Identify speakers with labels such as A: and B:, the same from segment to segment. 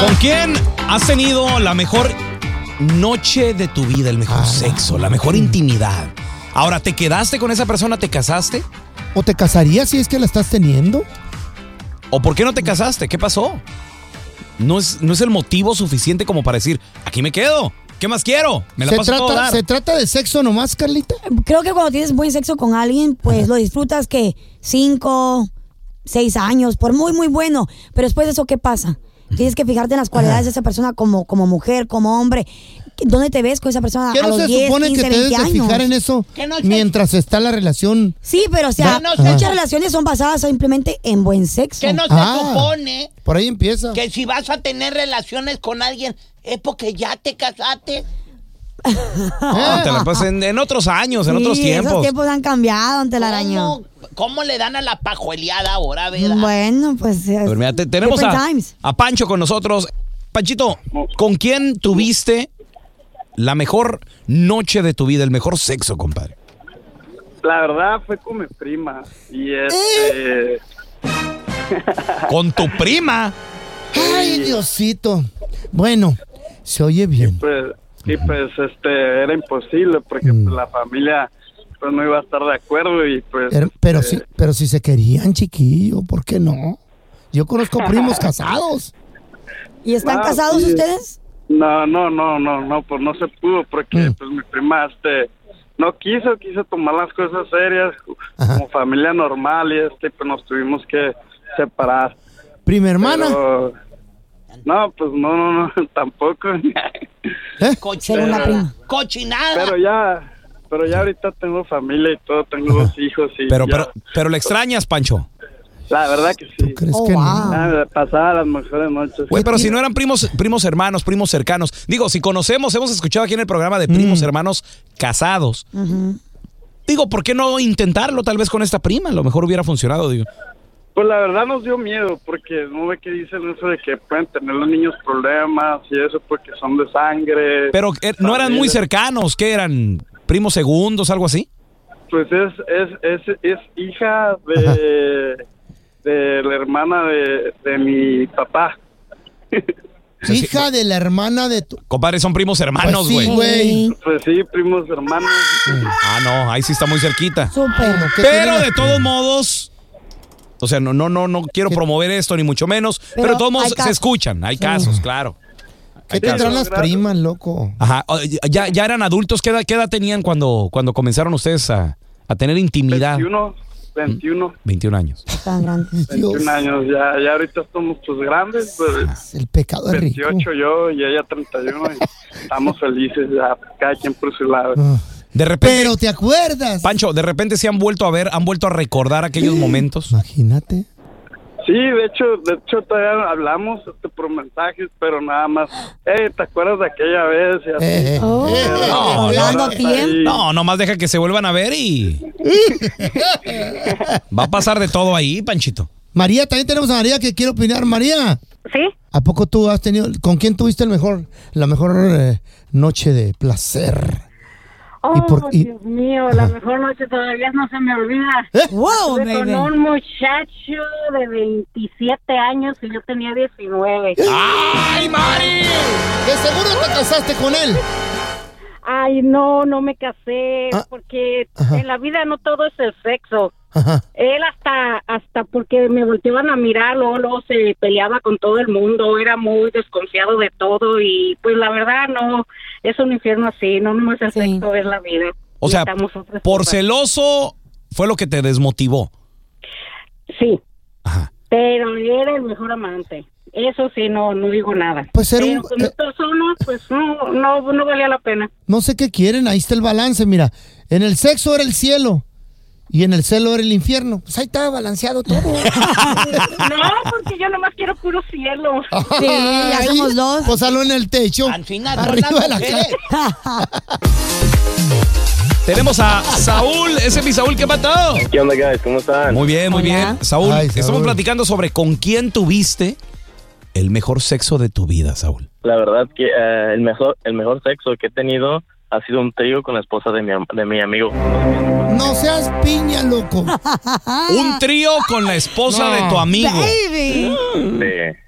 A: ¿Con quién has tenido la mejor noche de tu vida, el
B: Ah.
A: mejor sexo, la
B: Mm.
A: mejor intimidad? Ahora, ¿te quedaste con esa persona? ¿Te casaste?
B: ¿O te casarías si es que la estás teniendo?
A: ¿O por qué no te casaste? ¿Qué pasó? No es, no es el motivo suficiente como para decir, aquí me quedo. ¿Qué más quiero? Me la
B: se,
A: paso a todo
B: trata,
A: dar.
B: ¿Se trata de sexo nomás, Carlita?
C: Creo que cuando tienes buen sexo con alguien, pues lo disfrutas que cinco, seis años, por muy, muy bueno. Pero después de eso, ¿qué pasa? Tienes que fijarte en las cualidades de esa persona como, como mujer, como hombre. ¿Dónde te ves con esa persona
B: ¿Qué
C: a
B: no
C: los
B: se
C: 10,
B: supone
C: 15,
B: que te
C: 20
B: debes de
C: años?
B: fijar en eso mientras está la relación?
C: Sí, pero o sea,
B: ¿Qué no se-
C: muchas relaciones son basadas simplemente en buen sexo.
D: Que no se
B: Ah.
D: supone
B: Por ahí empieza.
D: que si vas a tener relaciones con alguien es porque ya te casaste.
A: No, te la pasas en, en otros años, Pues en
C: Sí,
A: otros
C: Esos
A: tiempos.
C: tiempos han cambiado, ante el araño.
D: ¿Cómo, cómo le dan a la pajueleada ahora, verdad?
C: Bueno, pues. es-
A: A ver, mira, te- tenemos
C: different
A: a,
C: times.
A: a Pancho con nosotros. Panchito, ¿con quién tuviste la mejor noche de tu vida, el mejor sexo, compadre?
E: La verdad fue con mi prima. Y este.
A: Con tu prima.
B: Ay, Diosito. Bueno, se oye bien.
E: Pues, y pues este era imposible porque
B: Mm.
E: pues, la familia pues no iba a estar de acuerdo y pues
B: Pero, pero
E: este,
B: sí, pero si se querían, chiquillo, ¿por qué no? Yo conozco primos casados.
C: ¿Y están
E: Ah,
C: casados
E: sí.
C: ustedes?
E: no no no no no pues no se pudo
B: Mm.
E: porque pues mi prima este no quiso quiso tomar las cosas serias
B: Ajá.
E: como familia normal y este pues nos tuvimos que separar
B: Prima hermana.
E: Pero- no pues no no no tampoco
C: Según la prima.
D: Cochinada.
E: pero ya pero ya ahorita tengo familia y todo tengo dos hijos y
A: Pero,
E: ya.
A: pero, pero le extrañas, Pancho.
E: la verdad que sí
B: ¿Tú crees
C: Oh,
B: que
C: wow.
B: no?
E: Ah, pasaba las mejores noches.
A: Güey, pero si no eran primos, primos hermanos, primos cercanos. Digo, si conocemos, hemos escuchado aquí en el programa de
B: Mm.
A: primos hermanos casados. Digo, ¿por qué no intentarlo tal vez con esta prima? A lo mejor hubiera funcionado, digo.
E: Pues la verdad nos dio miedo, porque no ve que dicen eso de que pueden tener los niños problemas y eso porque son de sangre.
A: Pero eh, no eran muy cercanos, ¿qué eran? ¿Primos segundos, algo así?
E: Pues es, es, es, es hija de, de la hermana de, de mi papá.
B: Hija de la hermana de tu.
A: Compadre, son primos hermanos,
B: Pues sí,
A: güey.
B: güey.
E: Pues sí, primos, hermanos.
A: ah, no, ahí sí está muy cerquita.
C: Súper.
B: Bueno, ¿qué
A: Pero
B: tiene?
A: de todos modos, o sea, no, no, no, no quiero promover esto ni mucho menos, pero,
C: Pero
A: de todos
C: hay
A: modos se
C: casos.
A: escuchan, hay casos, claro.
B: ¿Qué
A: Hay
B: tendrán
A: casos.
B: las primas, loco?
A: Ajá, oye, ya, ya eran adultos, ¿qué edad, qué edad tenían cuando, cuando comenzaron ustedes a, a tener intimidad?
E: 21, 21,
A: 21 años.
C: pues, Tan grande.
B: Dios,
E: 21 años. Ya, ya ahorita somos pues grandes, pues
B: el pecado es rico.
E: 28 yo y ella 31. y estamos felices ya, cada quien por su lado.
B: Ah.
A: De repente,
B: Pero te acuerdas.
A: Pancho, de repente se han vuelto a ver, han vuelto a recordar aquellos momentos.
B: Imagínate.
E: Sí, de hecho, de hecho todavía hablamos este, por mensajes, pero nada más. Eh, ¿te acuerdas de aquella vez? Y así.
B: Eh, eh.
C: Oh,
B: Eh,
A: no,
C: volando
E: no,
C: a tiempo.
A: No, nomás deja que se vuelvan a ver y. Va a pasar de todo ahí, Panchito.
B: María, también tenemos a María que quiere opinar. María,
F: ¿Sí?
B: ¿a poco tú has tenido, con quién tuviste el mejor, la mejor eh, noche de placer?
F: Oh,
B: ¿Y por- y-
F: Dios mío, la mejor noche todavía no se me olvida.
B: ¿Eh?
C: Wow,
A: Oh,
F: Estuve con
C: baby.
F: un muchacho de 27 años y yo tenía 19.
A: ¡Ay, Mari!
B: De seguro te casaste con él.
F: Ay, no, no me casé,
B: Ah.
F: porque
B: Ajá.
F: en la vida no todo es el sexo.
B: Ajá.
F: Él hasta, hasta porque me volteaban a mirar, luego, luego se peleaba con todo el mundo, era muy desconfiado de todo y pues la verdad no, es un infierno así, no, no es el
C: Sí.
F: sexo, es la vida.
A: O sea,
F: Necesitamos otras
A: por
F: cosas.
A: celoso fue lo que te desmotivó.
F: Sí.
A: Ajá.
F: Pero era el mejor amante. Eso sí, no, no digo nada.
B: Pues era
F: Pero
B: un-
F: como
B: eh.
F: persona, pues no, no, no valía la pena.
B: No sé qué quieren, ahí está el balance, mira. En el sexo era el cielo y en el celo era el infierno. Pues ahí estaba balanceado todo.
F: No, porque yo nomás quiero puro cielo.
B: Ah.
C: Sí, ya somos dos.
B: Posalo pues, en el techo.
D: Al final, Eh, son
B: arriba
D: las
B: de la
D: mujeres.
B: casa.
A: Tenemos a Saúl, ese es mi Saúl que ha matado.
G: ¿Qué onda, guys? ¿Cómo están?
A: Muy bien, muy
C: Hola.
A: bien. Saúl,
B: Ay,
A: estamos
B: Saúl.
A: platicando sobre con quién tuviste el mejor sexo de tu vida, Saúl.
G: La verdad que eh, el mejor el mejor sexo que he tenido ha sido un trío con la esposa de mi, am- de mi amigo.
B: No seas piña, loco.
A: Un trío con la esposa
B: No.
A: de tu amigo.
B: Mm.
C: Baby.
G: Este,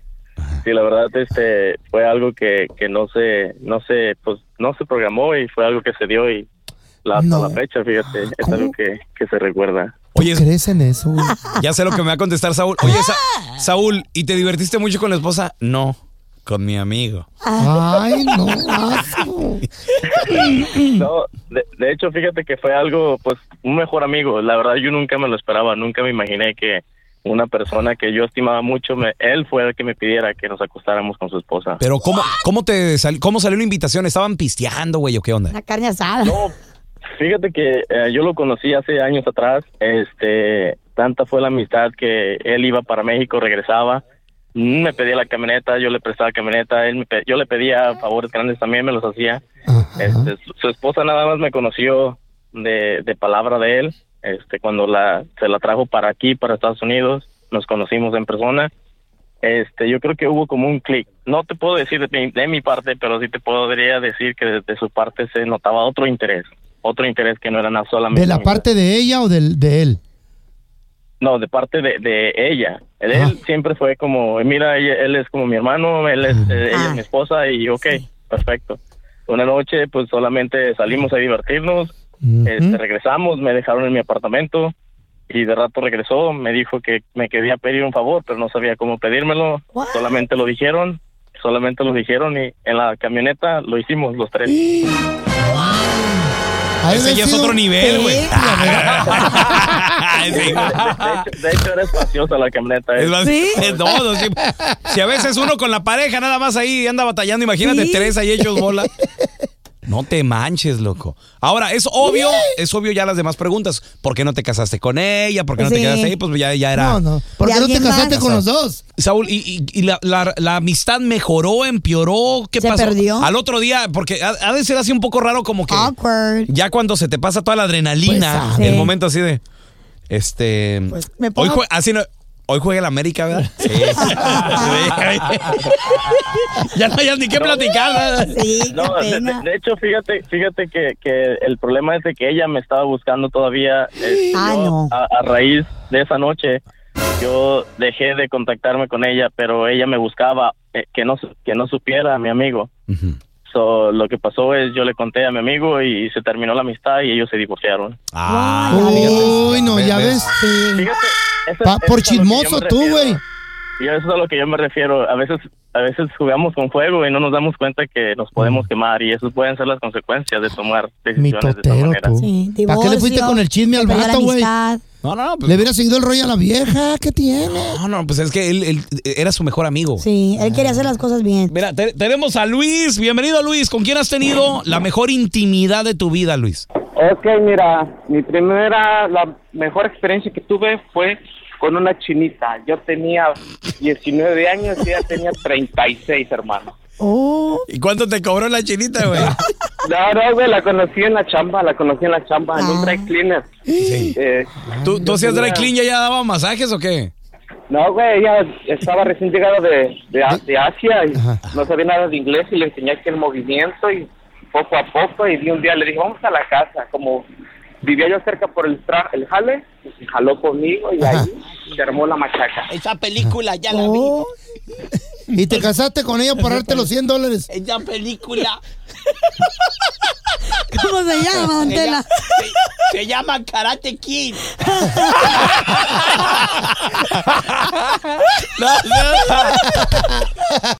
G: Sí, la verdad, este, fue algo que, que no se, no se, pues, no se programó y fue algo que se dio y la, hasta
B: No.
G: la fecha, fíjate, es
B: ¿Cómo?
G: algo que, que se recuerda.
A: Oye,
B: ¿Crees en eso, güey?
A: ya sé lo que me va a contestar Saúl. Oye, Sa- Saúl, ¿y te divertiste mucho con la esposa? No, con mi amigo.
B: Ay, no, asco.
G: No, de, de hecho, fíjate que fue algo, pues, un mejor amigo. La verdad, yo nunca me lo esperaba, nunca me imaginé que una persona que yo estimaba mucho, me- él fue el que me pidiera que nos acostáramos con su esposa.
A: Pero ¿cómo, cómo te sal- cómo salió la invitación? ¿Estaban pisteando, güey, o qué onda?
C: La carne asada.
G: No, fíjate que eh, yo lo conocí hace años atrás. Este, tanta fue la amistad que él iba para México, regresaba. mm, Me pedía la camioneta, yo le prestaba camioneta, él me pe- yo le pedía favores grandes también, me los hacía.
B: Ajá.
G: Este, su, su esposa nada más me conoció de, de palabra de él. Este, cuando la, se la trajo para aquí, para Estados Unidos, nos conocimos en persona. Este, yo creo que hubo como un clic. No te puedo decir de mi, de mi parte, pero sí te podría decir que de, de su parte se notaba otro interés. Otro interés que no era nada solamente.
B: ¿De la
G: amistad.
B: parte de ella o del, de él?
G: No, de parte de, de ella. Él
B: Ah.
G: siempre fue como, mira, ella- él es como mi hermano, él es, eh, ella
C: Ah.
G: es mi esposa y ok, perfecto. Una noche pues solamente salimos a divertirnos, este,
B: Ujú.
G: regresamos, me dejaron en mi apartamento y de rato regresó, me dijo que me quería pedir un favor, pero no sabía cómo pedírmelo,
C: What?
G: solamente lo dijeron, solamente lo dijeron y en la camioneta lo hicimos los tres.
B: Ha de
A: Ese
B: haber
A: ya es
B: sido
A: otro
B: un
A: nivel, güey.
B: perro, la verdad.
A: Sí.
G: De, hecho, de hecho era espaciosa la camioneta. eh.
A: Es más-
C: ¿Sí?
A: no, no, sí. Si a veces uno con la pareja nada más ahí anda batallando, imagínate
C: Sí.
A: Teresa y hechos bola. No te manches, loco. Ahora, es obvio, es obvio ya las demás preguntas. ¿Por qué no te casaste con ella? ¿Por qué no te
C: Sí.
A: quedaste ahí? Pues ya, ya era.
B: No, no. ¿Por
C: ¿De
B: qué no te
C: alguien más?
B: casaste con los dos?
A: Saúl, ¿y, y- y la, la- la amistad mejoró, empeoró? ¿Qué
C: Se
A: pasó?
C: perdió. Ah,
A: Al otro día, porque ha, ha de ser así un poco raro como que
C: Awkward.
A: ya cuando se te pasa toda la adrenalina,
C: Pues, ah,
A: el
C: sí.
A: momento así de, este,
C: Pues, me
A: hoy,
C: pongo-
A: jue- así no- hoy juega el América, ¿verdad? Sí. ya no hayas ni qué platicar. ¿verdad?
C: Sí, qué
G: No, de,
C: pena.
G: de- de hecho, fíjate, fíjate que, que el problema es de que ella me estaba buscando todavía. eh,
C: Ah,
G: yo,
C: no.
G: a, a raíz de esa noche, yo dejé de contactarme con ella, pero ella me buscaba eh, que no su- que no supiera a mi amigo.
A: Ujú.
G: So, lo que pasó es yo le conté a mi amigo y, se terminó la amistad y ellos se divorciaron.
A: Ah,
B: Uy, no,
A: ¿Ves,
B: ya
A: ves?
B: ves. este, Sí.
G: Fíjate, eso-
B: Pa- por
G: eso es a lo que yo
B: chismoso
G: me
B: tú,
G: refiero.
B: güey.
G: Y eso es a lo que yo me refiero. A veces, a veces jugamos con fuego y no nos damos cuenta que nos podemos quemar y esas pueden ser las consecuencias de
B: Mm.
G: tomar
B: Mi
G: decisiones de esa
B: totero,
G: manera.
B: tú.
C: Sí,
B: ¿Para qué le fuiste
C: divorcio,
B: con el chisme al
C: se perdió la
B: vato, güey?
C: amistad.
A: No, no, no, pues,
B: Le hubiera seguido el rollo a la vieja. ¿Qué tiene?
A: no, no, pues es que él, él era su mejor amigo.
C: Sí, él quería hacer las cosas bien.
A: Mira, te- tenemos a Luis. Bienvenido, Luis. ¿Con quién has tenido la mejor intimidad de tu vida, Luis?
H: Ok, mira, mi primera, la mejor experiencia que tuve fue con una chinita. Yo tenía 19 años y ella tenía 36, hermano.
C: Oh,
A: ¿Y cuánto te cobró la chinita, güey?
H: No, no, güey, la conocí en la chamba, la conocí en la chamba, en un dry cleaner.
A: Sí.
H: Eh,
A: ¿Tú, tú hacías dry clean y ella daba masajes o qué?
H: no, güey, ella estaba recién llegada de, de, A- de Asia y
B: Ajá.
H: no sabía nada de inglés y le enseñé aquí el movimiento y poco a poco y de un día le dije, vamos a la casa, como vivía yo cerca por el, tra- el jale, y jaló conmigo y ahí se armó la machaca.
D: Esa película ya la
C: oh.
B: Y te casaste con ella por darte los 100 dólares.
D: vi. Esa película
C: ¿Cómo se llama, don
D: se,
C: Tela?
D: llama- se- se llama Karate Kid.
A: No, no.